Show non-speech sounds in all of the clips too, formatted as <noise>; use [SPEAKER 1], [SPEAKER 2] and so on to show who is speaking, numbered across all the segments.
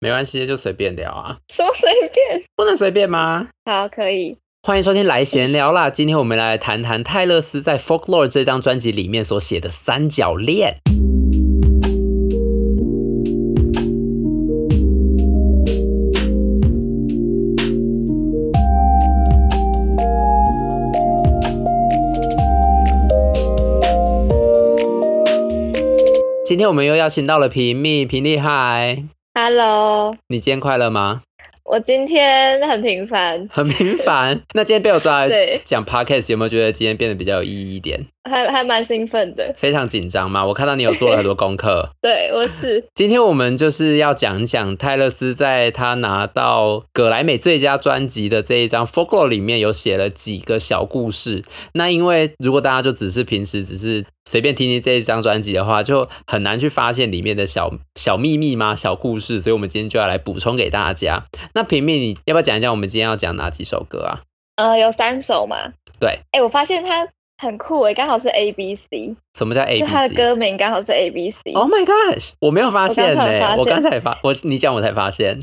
[SPEAKER 1] 没关系，就随便聊啊，
[SPEAKER 2] <laughs> 说随便。
[SPEAKER 1] 不能随便吗？
[SPEAKER 2] 好，可以。
[SPEAKER 1] 欢迎收听来闲聊啦！今天我们来谈谈泰勒斯在《Folklore》这张专辑里面所写的三角恋。今天我们又邀请到了平蜜，平厉害，
[SPEAKER 2] Hello，
[SPEAKER 1] 你今天快乐吗？
[SPEAKER 2] 我今天很平凡，
[SPEAKER 1] 很平凡。那今天被我抓来
[SPEAKER 2] 对
[SPEAKER 1] 讲 podcast，有没有觉得今天变得比较有意义一点？
[SPEAKER 2] 还还蛮兴奋的。
[SPEAKER 1] 非常紧张吗？我看到你有做了很多功课。
[SPEAKER 2] 对，我是
[SPEAKER 1] 今天我们就是要讲一讲泰勒斯在他拿到葛莱美最佳专辑的这一张《Folklore》里面有写了几个小故事。那因为如果大家就只是平时只是随便听听这一张专辑的话，就很难去发现里面的小小秘密嘛、小故事。所以我们今天就要来补充给大家。那平民，你要不要讲一下我们今天要讲哪几首歌啊？
[SPEAKER 2] 呃，有三首嘛。
[SPEAKER 1] 对。
[SPEAKER 2] 哎、我发现它很酷诶，刚好是 A B C，
[SPEAKER 1] 什么叫 A
[SPEAKER 2] 就
[SPEAKER 1] B
[SPEAKER 2] 它的
[SPEAKER 1] C？
[SPEAKER 2] 歌名刚好是 A B C。
[SPEAKER 1] Oh my gosh！我没有发现呢、我
[SPEAKER 2] 我
[SPEAKER 1] 刚
[SPEAKER 2] 刚
[SPEAKER 1] 才发，我你讲我才发现。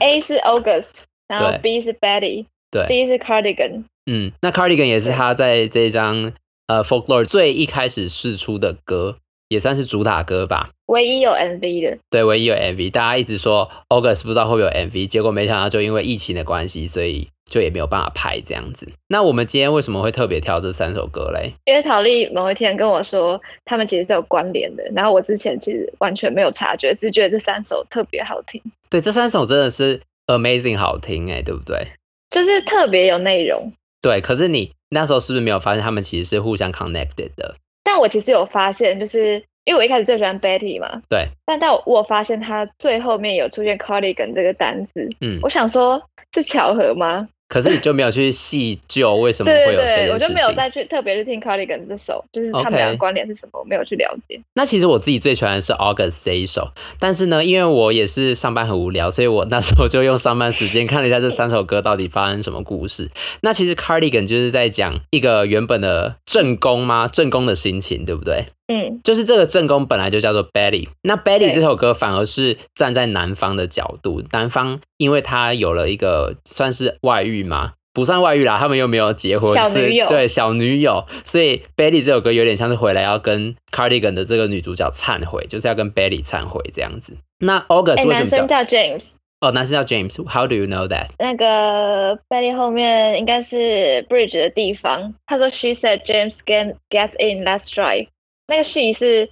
[SPEAKER 2] A 是
[SPEAKER 1] <laughs>
[SPEAKER 2] August，然后
[SPEAKER 1] 对
[SPEAKER 2] B 是 Betty，C
[SPEAKER 1] 对，
[SPEAKER 2] 是 Cardigan。
[SPEAKER 1] 嗯，那 Cardigan 也是
[SPEAKER 2] 对
[SPEAKER 1] 他在这一张呃 Folklore 最一开始试出的歌，也算是主打歌吧。
[SPEAKER 2] 唯一有 MV 的，
[SPEAKER 1] 对，唯一有 MV，大家一直说 August 不知道会不会有 MV，结果没想到就因为疫情的关系，所以就也没有办法拍这样子。那我们今天为什么会特别挑这三首歌嘞？
[SPEAKER 2] 因为陶丽某一天跟我说，他们其实是有关联的。然后我之前其实完全没有察觉，只是觉得这三首特别好听，
[SPEAKER 1] 对，这三首真的是 amazing 好听哎、对不对？
[SPEAKER 2] 就是特别有内容。
[SPEAKER 1] 对，可是你那时候是不是没有发现他们其实是互相 connected 的？
[SPEAKER 2] 但我其实有发现，就是因为我一开始最喜欢 Betty 嘛，
[SPEAKER 1] 对。
[SPEAKER 2] 但但我我有发现它最后面有出现 cardigan 这个单字，
[SPEAKER 1] 嗯
[SPEAKER 2] 我想说是巧合吗？
[SPEAKER 1] 可是你就没有去细究为什么
[SPEAKER 2] 对
[SPEAKER 1] 会
[SPEAKER 2] 对
[SPEAKER 1] 有这件
[SPEAKER 2] 对，
[SPEAKER 1] 事
[SPEAKER 2] 我就
[SPEAKER 1] 情。
[SPEAKER 2] 没有再去特别去听 cardigan 这首，就是他
[SPEAKER 1] OK
[SPEAKER 2] 们俩的关联是什么，我没有去了解。
[SPEAKER 1] 那其实我自己最喜欢的是 August 这一首，但是呢，因为我也是上班很无聊，所以我那时候就用上班时间看了一下这三首歌到底发生什么故事。那其实 Cardigan 就是在讲一个原本的正宫吗？正宫的心情，对不对？
[SPEAKER 2] 嗯，
[SPEAKER 1] 就是这个正宫本来就叫做 Betty，那 Betty
[SPEAKER 2] 对
[SPEAKER 1] 这首歌反而是站在男方的角度，男方因为他有了一个算是外遇嘛，不算外遇啦，他们又没有结婚，
[SPEAKER 2] 小
[SPEAKER 1] 是
[SPEAKER 2] 女友
[SPEAKER 1] 对小女友，所以 Betty 这首歌有点像是回来要跟 Cardigan 的这个女主角忏悔，就是要跟 Betty 忏悔这样子。那 August
[SPEAKER 2] 哎，
[SPEAKER 1] 为什么
[SPEAKER 2] 男
[SPEAKER 1] 叫
[SPEAKER 2] 生叫 James，
[SPEAKER 1] 哦，男生叫 James？How do you know that？
[SPEAKER 2] 那个 Betty 后面应该是 Bridge 的地方。他说 She said James get gets in, let's try。那个 she 是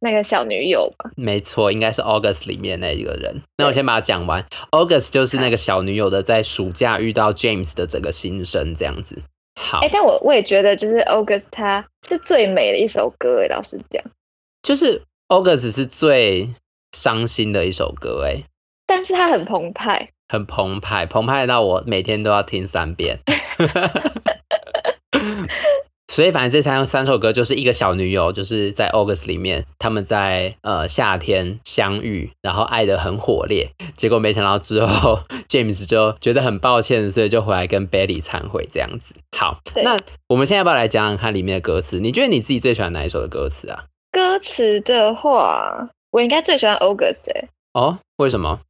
[SPEAKER 2] 那个小女友吧？
[SPEAKER 1] 没错，应该是 August 里面那一个人。那我先把它讲完。August 就是那个小女友的，在暑假遇到 James 的整个心声这样子。好
[SPEAKER 2] 哎、，但我我也觉得就是 August 他是最美的一首歌哎，老实讲。
[SPEAKER 1] 就是 August 是最伤心的一首歌，哎，
[SPEAKER 2] 但是他很澎湃，
[SPEAKER 1] 很澎湃，澎湃到我每天都要听三遍。 <laughs> 所以，反正这三三首歌就是一个小女友，就是在 August 里面，他们在呃夏天相遇，然后爱得很火烈。结果没想到之后，James 就觉得很抱歉，所以就回来跟 Betty 忏悔这样子。好，
[SPEAKER 2] 对
[SPEAKER 1] 那我们现在要不要来讲讲看里面的歌词？你觉得你自己最喜欢哪一首的歌词啊？
[SPEAKER 2] 歌词的话，我应该最喜欢 August 哎，
[SPEAKER 1] 哦，为什么？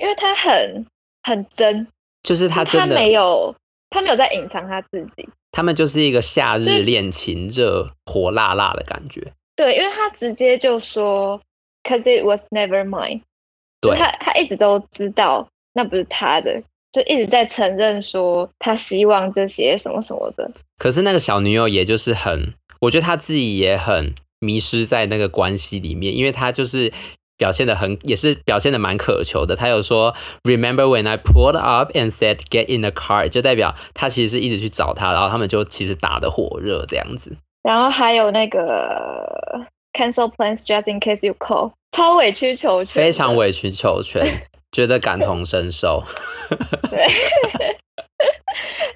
[SPEAKER 2] 因为他很很真，
[SPEAKER 1] 就是他
[SPEAKER 2] 就是
[SPEAKER 1] 真的
[SPEAKER 2] 他没有他没有在隐藏他自己。
[SPEAKER 1] 他们就是一个夏日
[SPEAKER 2] 就是
[SPEAKER 1] 恋情热火辣辣的感觉。
[SPEAKER 2] 对，因为他直接就说 “Cause it was never mine”，就
[SPEAKER 1] 对
[SPEAKER 2] 他他一直都知道那不是他的，就一直在承认说他希望这些什么什么的。
[SPEAKER 1] 可是那个小女友也就是很，我觉得她自己也很迷失在那个关系里面，因为她就是表现的很，也是表现的蛮渴求的。她有说，Remember when I pulled up and said get in the car，就代表她其实是一直去找他，然后他们就其实打得火热这样子。
[SPEAKER 2] 然后还有那个 “cancel plans just in case you call”，超 <laughs> 委曲求全，
[SPEAKER 1] 非常。委曲求全，觉得感同身受。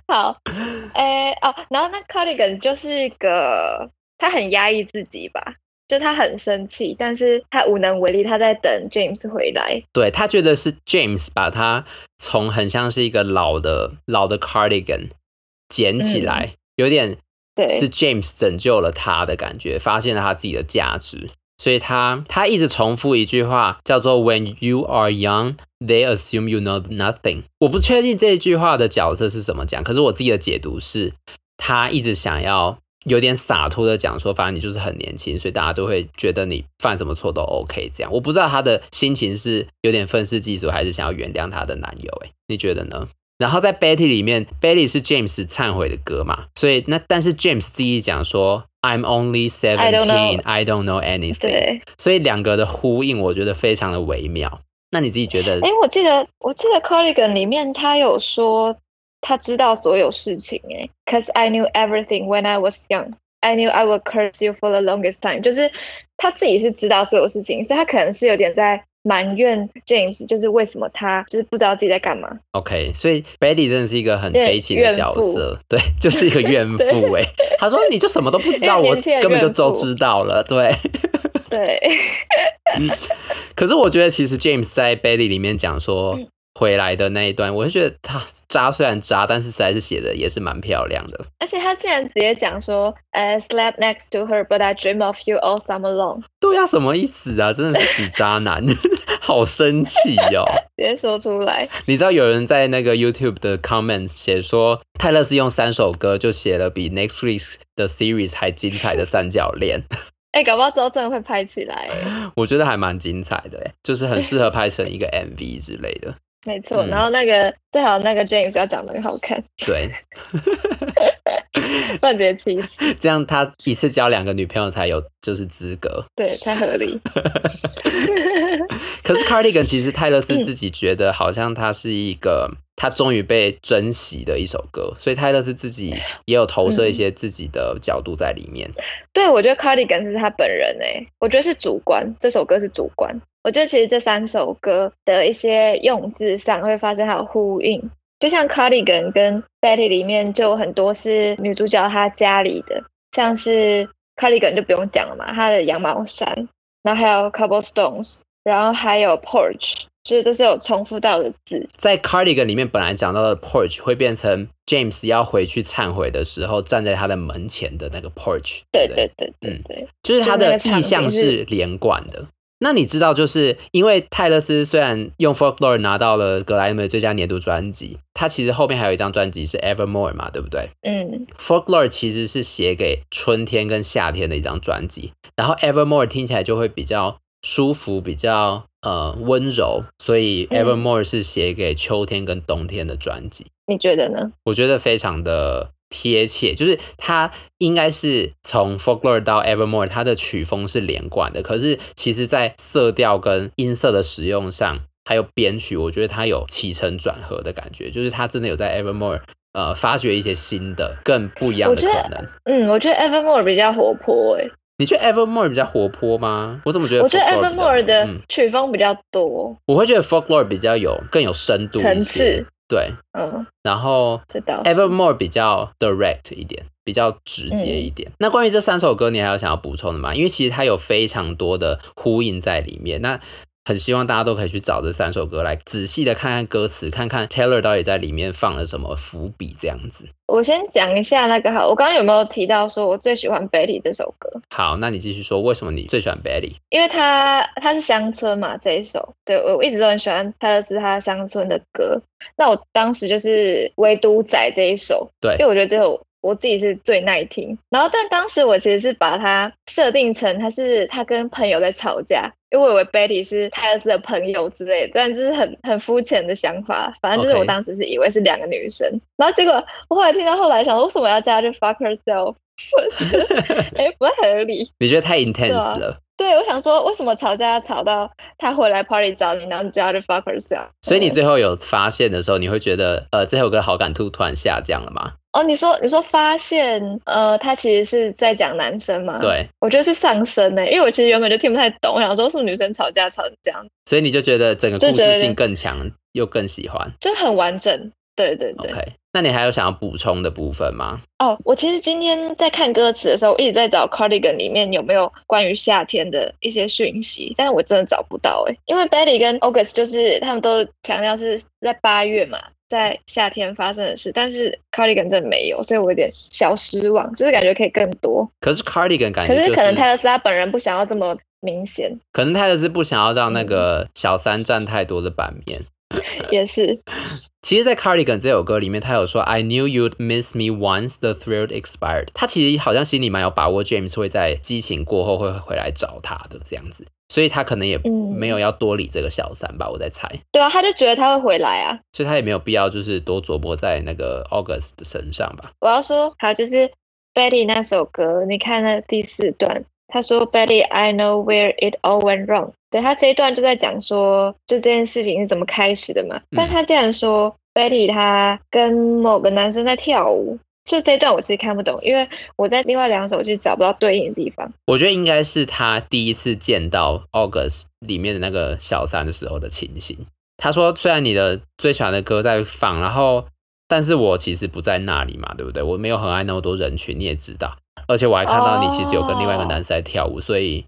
[SPEAKER 2] 好，哎、哦，然后那 Cardigan 就是一个他很压抑自己吧，就他很生气，但是他无能为力，他在等 James 回来。
[SPEAKER 1] 对他觉得是 James 把他从很像是一个老的老的 cardigan 捡起来，有点
[SPEAKER 2] 对，
[SPEAKER 1] 是 James 拯救了他的感觉，发现了他自己的价值，所以他他一直重复一句话，叫做 "When you are young, they assume you know nothing"。我不确定这一句话的角色是怎么讲，可是我自己的解读是，他一直想要有点洒脱的讲说，反正你就是很年轻，所以大家都会觉得你犯什么错都 OK。这样，我不知道他的心情是有点愤世嫉俗，还是想要原谅她的男友。哎，你觉得呢？然后在 Betty 里面，Betty 是 James 忏悔的歌嘛，所以那但是 James 自己讲说 I'm only
[SPEAKER 2] don't know
[SPEAKER 1] seventeen, I don't know anything，
[SPEAKER 2] 对，
[SPEAKER 1] 所以两个的呼应我觉得非常的微妙。那你自己觉得
[SPEAKER 2] 哎，我记得我记得 Corrigan 里面他有说他知道所有事情，哎，Cause I knew everything when I was young. I knew I would curse you for the longest time，就是他自己是知道所有事情，所以他可能是有点在埋怨 James，就是为什么他就是不知道自己在干嘛。
[SPEAKER 1] OK？所以 Betty 真的是一个很
[SPEAKER 2] 对
[SPEAKER 1] 悲情的角色，对，就是一个怨
[SPEAKER 2] <laughs>
[SPEAKER 1] 妇哎、她说你就什么都不知道，
[SPEAKER 2] 一个
[SPEAKER 1] 我
[SPEAKER 2] 年轻的
[SPEAKER 1] 根本就都
[SPEAKER 2] 怨妇
[SPEAKER 1] 知道了，对。
[SPEAKER 2] 对， <laughs>
[SPEAKER 1] 可是我觉得，其实 James 在 Bailey 里面讲说
[SPEAKER 2] 嗯
[SPEAKER 1] 回来的那一段，我就觉得他渣虽然渣，但是实在是写的也是蛮漂亮的。
[SPEAKER 2] 而且他竟然直接讲说，呃、s l e p next to her，but I dream of you all summer long，
[SPEAKER 1] 对呀、什么意思啊？真的是死渣男， <laughs> 好生气哦！
[SPEAKER 2] 直接说出来。
[SPEAKER 1] 你知道有人在那个 YouTube 的 comments 写说，泰勒斯用三首歌就写了比 Netflix 的 series 还精彩的三角恋，
[SPEAKER 2] 哎、搞不好之后真的会拍起来欸。
[SPEAKER 1] 我觉得还蛮精彩的欸，就是很适合拍成一个 MV 之类的。
[SPEAKER 2] 没错，
[SPEAKER 1] 嗯
[SPEAKER 2] 然后那个最好那个 James 要长得很好看，
[SPEAKER 1] 对，
[SPEAKER 2] <laughs> 不然直接气死。
[SPEAKER 1] 这样他一次交两个女朋友才有就是资格。
[SPEAKER 2] 对，太合理。
[SPEAKER 1] 可是 Cardigan 其实泰勒
[SPEAKER 2] 嗯
[SPEAKER 1] 斯自己觉得好像它是一个，他终于被珍惜的一首歌，所以泰勒斯自己也有投射一
[SPEAKER 2] 嗯
[SPEAKER 1] 些自己的角度在里面。
[SPEAKER 2] 对，我觉得 Cardigan 是他本人哎、我觉得是主观，这首歌是主观。我觉得其实这三首歌的一些用字上会发生还有呼应，就像 Cardigan 跟 Betty 里面就有很多是女主角她家里的，像是 Cardigan 就不用讲了嘛，她的羊毛衫，然后还有 Cobblestones，然后还有 Porch，就是都是有重复到的字。
[SPEAKER 1] 在 Cardigan 里面本来讲到的 porch 会变成 James 要回去忏悔的时候站在他的门前的那个 porch，
[SPEAKER 2] 对
[SPEAKER 1] 不
[SPEAKER 2] 对对对
[SPEAKER 1] 嗯
[SPEAKER 2] 对。
[SPEAKER 1] 就是它
[SPEAKER 2] 就那
[SPEAKER 1] 的
[SPEAKER 2] 个场
[SPEAKER 1] 意象
[SPEAKER 2] 景
[SPEAKER 1] 是
[SPEAKER 2] 是
[SPEAKER 1] 连贯的。那你知道，就是因为泰勒斯虽然用《Folklore》拿到了格莱美最佳年度专辑，他其实后面还有一张专辑是《Evermore》嘛，对不对？
[SPEAKER 2] 嗯，
[SPEAKER 1] Folklore 其实是写给春天跟夏天的一张专辑，然后 Evermore 听起来就会比较舒服，比较呃温柔，所以
[SPEAKER 2] 嗯
[SPEAKER 1] Evermore 是写给秋天跟冬天的专辑，
[SPEAKER 2] 你觉得呢？
[SPEAKER 1] 我觉得非常的贴切，就是它应该是从 Folklore 到 Evermore，它的曲风是连贯的，可是其实在色调跟音色的使用上，还有编曲，我觉得它有起承转合的感觉，就是它真的有在 Evermore。呃，发掘一些新的、更不一样
[SPEAKER 2] 我
[SPEAKER 1] 的
[SPEAKER 2] 觉得
[SPEAKER 1] 可能。
[SPEAKER 2] 嗯，我觉得 Evermore 比较活泼欸诶、
[SPEAKER 1] 你觉得 Evermore 比较活泼吗？我怎么觉得？
[SPEAKER 2] 我觉得 Evermore 的
[SPEAKER 1] 嗯，
[SPEAKER 2] 曲风比较多，
[SPEAKER 1] 我会觉得 Folklore 比较有更有深度一
[SPEAKER 2] 层
[SPEAKER 1] 些
[SPEAKER 2] 次
[SPEAKER 1] 对，
[SPEAKER 2] 嗯，
[SPEAKER 1] 然后
[SPEAKER 2] 这倒是。
[SPEAKER 1] Evermore 比较 direct 一点，比较直接
[SPEAKER 2] 嗯
[SPEAKER 1] 一点。那关于这三首歌，你还有想要补充的吗？因为其实它有非常多的呼应在里面。那很希望大家都可以去找这三首歌来仔细的看看歌词，看看 Taylor 到底在里面放了什么伏笔，这样子。
[SPEAKER 2] 我先讲一下那个好，我刚刚有没有提到说我最喜欢 Betty 这首歌？
[SPEAKER 1] 好，那你继续说，为什么你最喜欢 Betty？
[SPEAKER 2] 因为它它是乡村嘛这一首，对我我一直都很喜欢泰勒斯他乡村的歌。那我当时就是《唯独仔》这一首，
[SPEAKER 1] 对
[SPEAKER 2] 因为我觉得这首我自己是最耐听。然后，但当时我其实是把它设定成他是他跟朋友在吵架，因为我以为 Betty 是泰勒斯的朋友之类的，但就是很很肤浅的想法。反正就是
[SPEAKER 1] OK
[SPEAKER 2] 我当时是以为是两个女生然后结果我后来听到后来想说，为什么要加一句 fuck herself？我觉得
[SPEAKER 1] <laughs>
[SPEAKER 2] 哎、不太合理。
[SPEAKER 1] 你觉得太
[SPEAKER 2] 对啊
[SPEAKER 1] intense 了，
[SPEAKER 2] 对，我想说，为什么吵架要吵到他回来 party 找你，然后你就要去 fuck herself？
[SPEAKER 1] 所以你最后有发现的时候，你会觉得呃这首歌好感度突然下降了吗？
[SPEAKER 2] 哦，你说你说发现，呃，他其实是在讲男生吗？，
[SPEAKER 1] 对，
[SPEAKER 2] 我觉得是上升呢、因为我其实原本就听不太懂，我想说为什么女生吵架吵成这样，
[SPEAKER 1] 所以你就觉得整个
[SPEAKER 2] 就
[SPEAKER 1] 故
[SPEAKER 2] 觉
[SPEAKER 1] 事
[SPEAKER 2] 得
[SPEAKER 1] 性更强，又更喜欢。
[SPEAKER 2] 就很完整。对对对。
[SPEAKER 1] OK，那你还有想要补充的部分吗？
[SPEAKER 2] 哦，我其实今天在看歌词的时候，我一直在找 Cardigan 里面有没有关于夏天的一些讯息，但是我真的找不到诶，因为 Betty 跟 August 就是他们都强调是在八月嘛，在夏天发生的事，但是 Cardigan 真的没有，所以我有点小失望，就是感觉可以更多。
[SPEAKER 1] 可是 Cardigan 感
[SPEAKER 2] 可
[SPEAKER 1] 觉就是是
[SPEAKER 2] 可能泰勒斯他本人不想要这么明显，
[SPEAKER 1] 可能泰勒斯不想要让那
[SPEAKER 2] 嗯
[SPEAKER 1] 个小三占太多的版面。
[SPEAKER 2] 也是
[SPEAKER 1] 其实，在《Cardigan》这首歌里面，他有说 “I knew you'd miss me once the thrill expired”。他其实好像心里蛮有把握，James 会在激情过后会回来找他的这样子，所以他可能也
[SPEAKER 2] 嗯
[SPEAKER 1] 没有要多理这个小三吧，我在猜，
[SPEAKER 2] 对啊，他就觉得他会回来啊。
[SPEAKER 1] 所以他也没有必要就是多琢磨在那个 August 的身上吧。
[SPEAKER 2] 我要说，还有就是 Betty 那首歌，你看那第四段，他说 Betty I know where it all went wrong，对他这一段就在讲说，就这件事情是怎么开始的嘛。
[SPEAKER 1] 嗯
[SPEAKER 2] 但他竟然说 Betty 他跟某个男生在跳舞，就这一段我其实看不懂，因为我在另外两首就找不到对应的地方。
[SPEAKER 1] 我觉得应该是他第一次见到 August 里面的那个小三的时候的情形。他说：“虽然你的最喜欢的歌在放，然后，但是我其实不在那里嘛，对不对？我没有很爱那么多人群，你也知道。而且我还看到你其实有跟另外一个男生在跳舞所以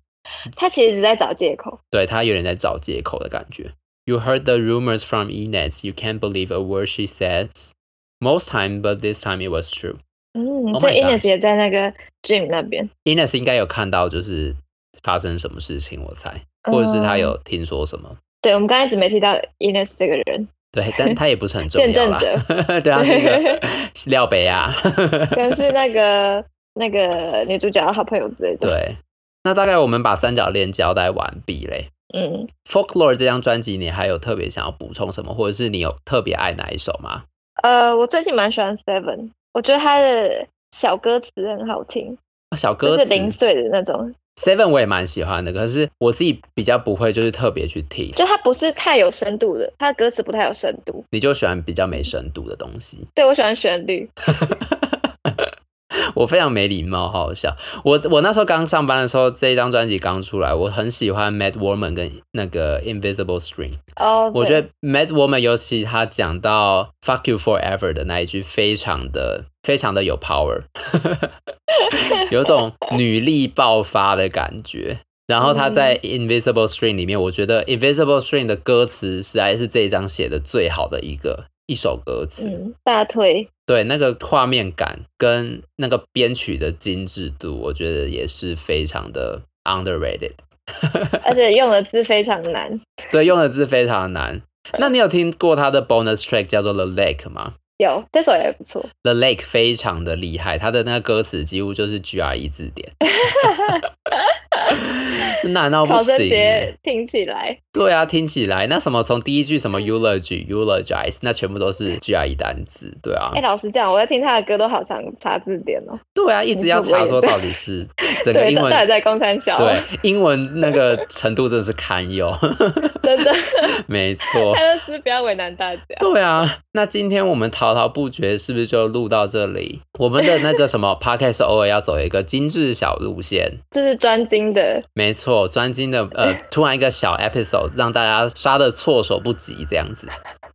[SPEAKER 2] 他其实只在找借口。
[SPEAKER 1] 对他有点在找借口的感觉。You heard the rumors from Enes. You can't believe a word she says. Most time, but this time it was true.
[SPEAKER 2] 嗯
[SPEAKER 1] Oh
[SPEAKER 2] 所以
[SPEAKER 1] my gosh
[SPEAKER 2] Ines 也在那个 Jim 那边，
[SPEAKER 1] Enes 应该有看到就是发生什么事情，我猜，或者是他有听说什么。”
[SPEAKER 2] 嗯对我们刚开始没提到 Ines 这个人，
[SPEAKER 1] 对，但
[SPEAKER 2] <laughs>
[SPEAKER 1] 他也不是很重要
[SPEAKER 2] 见证
[SPEAKER 1] 啦
[SPEAKER 2] 者
[SPEAKER 1] <laughs> 对啊，是一个
[SPEAKER 2] <laughs>
[SPEAKER 1] 啊廖北亚。
[SPEAKER 2] 但是那个那个女主角的好朋友之类的。
[SPEAKER 1] 对，那大概我们把三角恋交代完毕嘞。
[SPEAKER 2] 嗯，
[SPEAKER 1] Folklore 这张专辑，你还有特别想要补充什么，或者是你有特别爱哪一首吗？
[SPEAKER 2] 呃，我最近蛮喜欢 Seven，我觉得他的小歌词很好听，
[SPEAKER 1] 哦小
[SPEAKER 2] 就
[SPEAKER 1] 歌
[SPEAKER 2] 是
[SPEAKER 1] 词
[SPEAKER 2] 零碎的那种，
[SPEAKER 1] Seven 我也蛮喜欢的，可是我自己比较不会，就是特别去听，
[SPEAKER 2] 就它不是太有深度的，它的歌词不太有深度。
[SPEAKER 1] 你就喜欢比较没深度的东西。 <laughs>
[SPEAKER 2] 对我喜欢旋律，
[SPEAKER 1] 我非常没礼貌，好好笑。我我那时候刚上班的时候，这一张专辑刚出来，我很喜欢 Matt Warman 跟那个 Invisible String。
[SPEAKER 2] 哦，
[SPEAKER 1] 我
[SPEAKER 2] 对
[SPEAKER 1] 觉得 Mad Woman，尤其他讲到 "fuck you forever" 的那一句，非常的非常的有 power，有种女力爆发的感觉。然后他在
[SPEAKER 2] 嗯
[SPEAKER 1] Invisible String 里面，我觉得 Invisible String 的歌词实在是这一张写的最好的一个一首歌词。
[SPEAKER 2] 嗯，大腿
[SPEAKER 1] 对那个画面感跟那个编曲的精致度，我觉得也是非常的 underrated。
[SPEAKER 2] 而且用的字非常难，
[SPEAKER 1] 对，用的字非常难。那你有听过他的 bonus track 叫做 The Lake 吗？
[SPEAKER 2] 有这首也不错，
[SPEAKER 1] The Lake 非常的厉害，它的那个歌词几乎就是 GRE 字典， <laughs> 难到不
[SPEAKER 2] 考生
[SPEAKER 1] 行欸。
[SPEAKER 2] 节听起来，
[SPEAKER 1] 对啊，听起来那什么从第一句什么 eulogy、eulogize，那全部都是 GRE 单词。对啊
[SPEAKER 2] 哎，，老实讲，我在听他的歌都好想查字典哦，
[SPEAKER 1] 对啊，一直要查说到底
[SPEAKER 2] <laughs>
[SPEAKER 1] 是整个
[SPEAKER 2] 对，
[SPEAKER 1] 英
[SPEAKER 2] 到
[SPEAKER 1] 文
[SPEAKER 2] 到底在公山小，
[SPEAKER 1] 对英文那个程度真的是堪忧， <laughs>
[SPEAKER 2] 真的， <laughs>
[SPEAKER 1] 没错
[SPEAKER 2] 泰。勒斯不要为难大家，
[SPEAKER 1] 对啊，那今天我们滔滔不绝，是不是就录到这里？我们的那个什么 <laughs> podcast 偶尔要走一个精致小路线，
[SPEAKER 2] 就是专精的，
[SPEAKER 1] 没错，专精的
[SPEAKER 2] <laughs>
[SPEAKER 1] 呃，突然一个小 episode 让大家杀的措手不及这样子，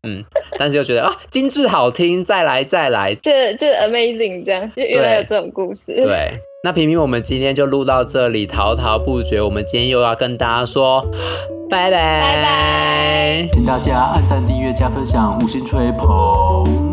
[SPEAKER 1] 嗯，但是又觉得啊，精致好听，再来再来，
[SPEAKER 2] 就就 amazing 这样，就原来有这种故事，
[SPEAKER 1] 对。那平平，我们今天就录到这里，滔滔不绝。我们今天又要跟大家说拜拜，
[SPEAKER 2] 拜拜。
[SPEAKER 3] 请大家按赞、订阅、加分享、五星吹捧。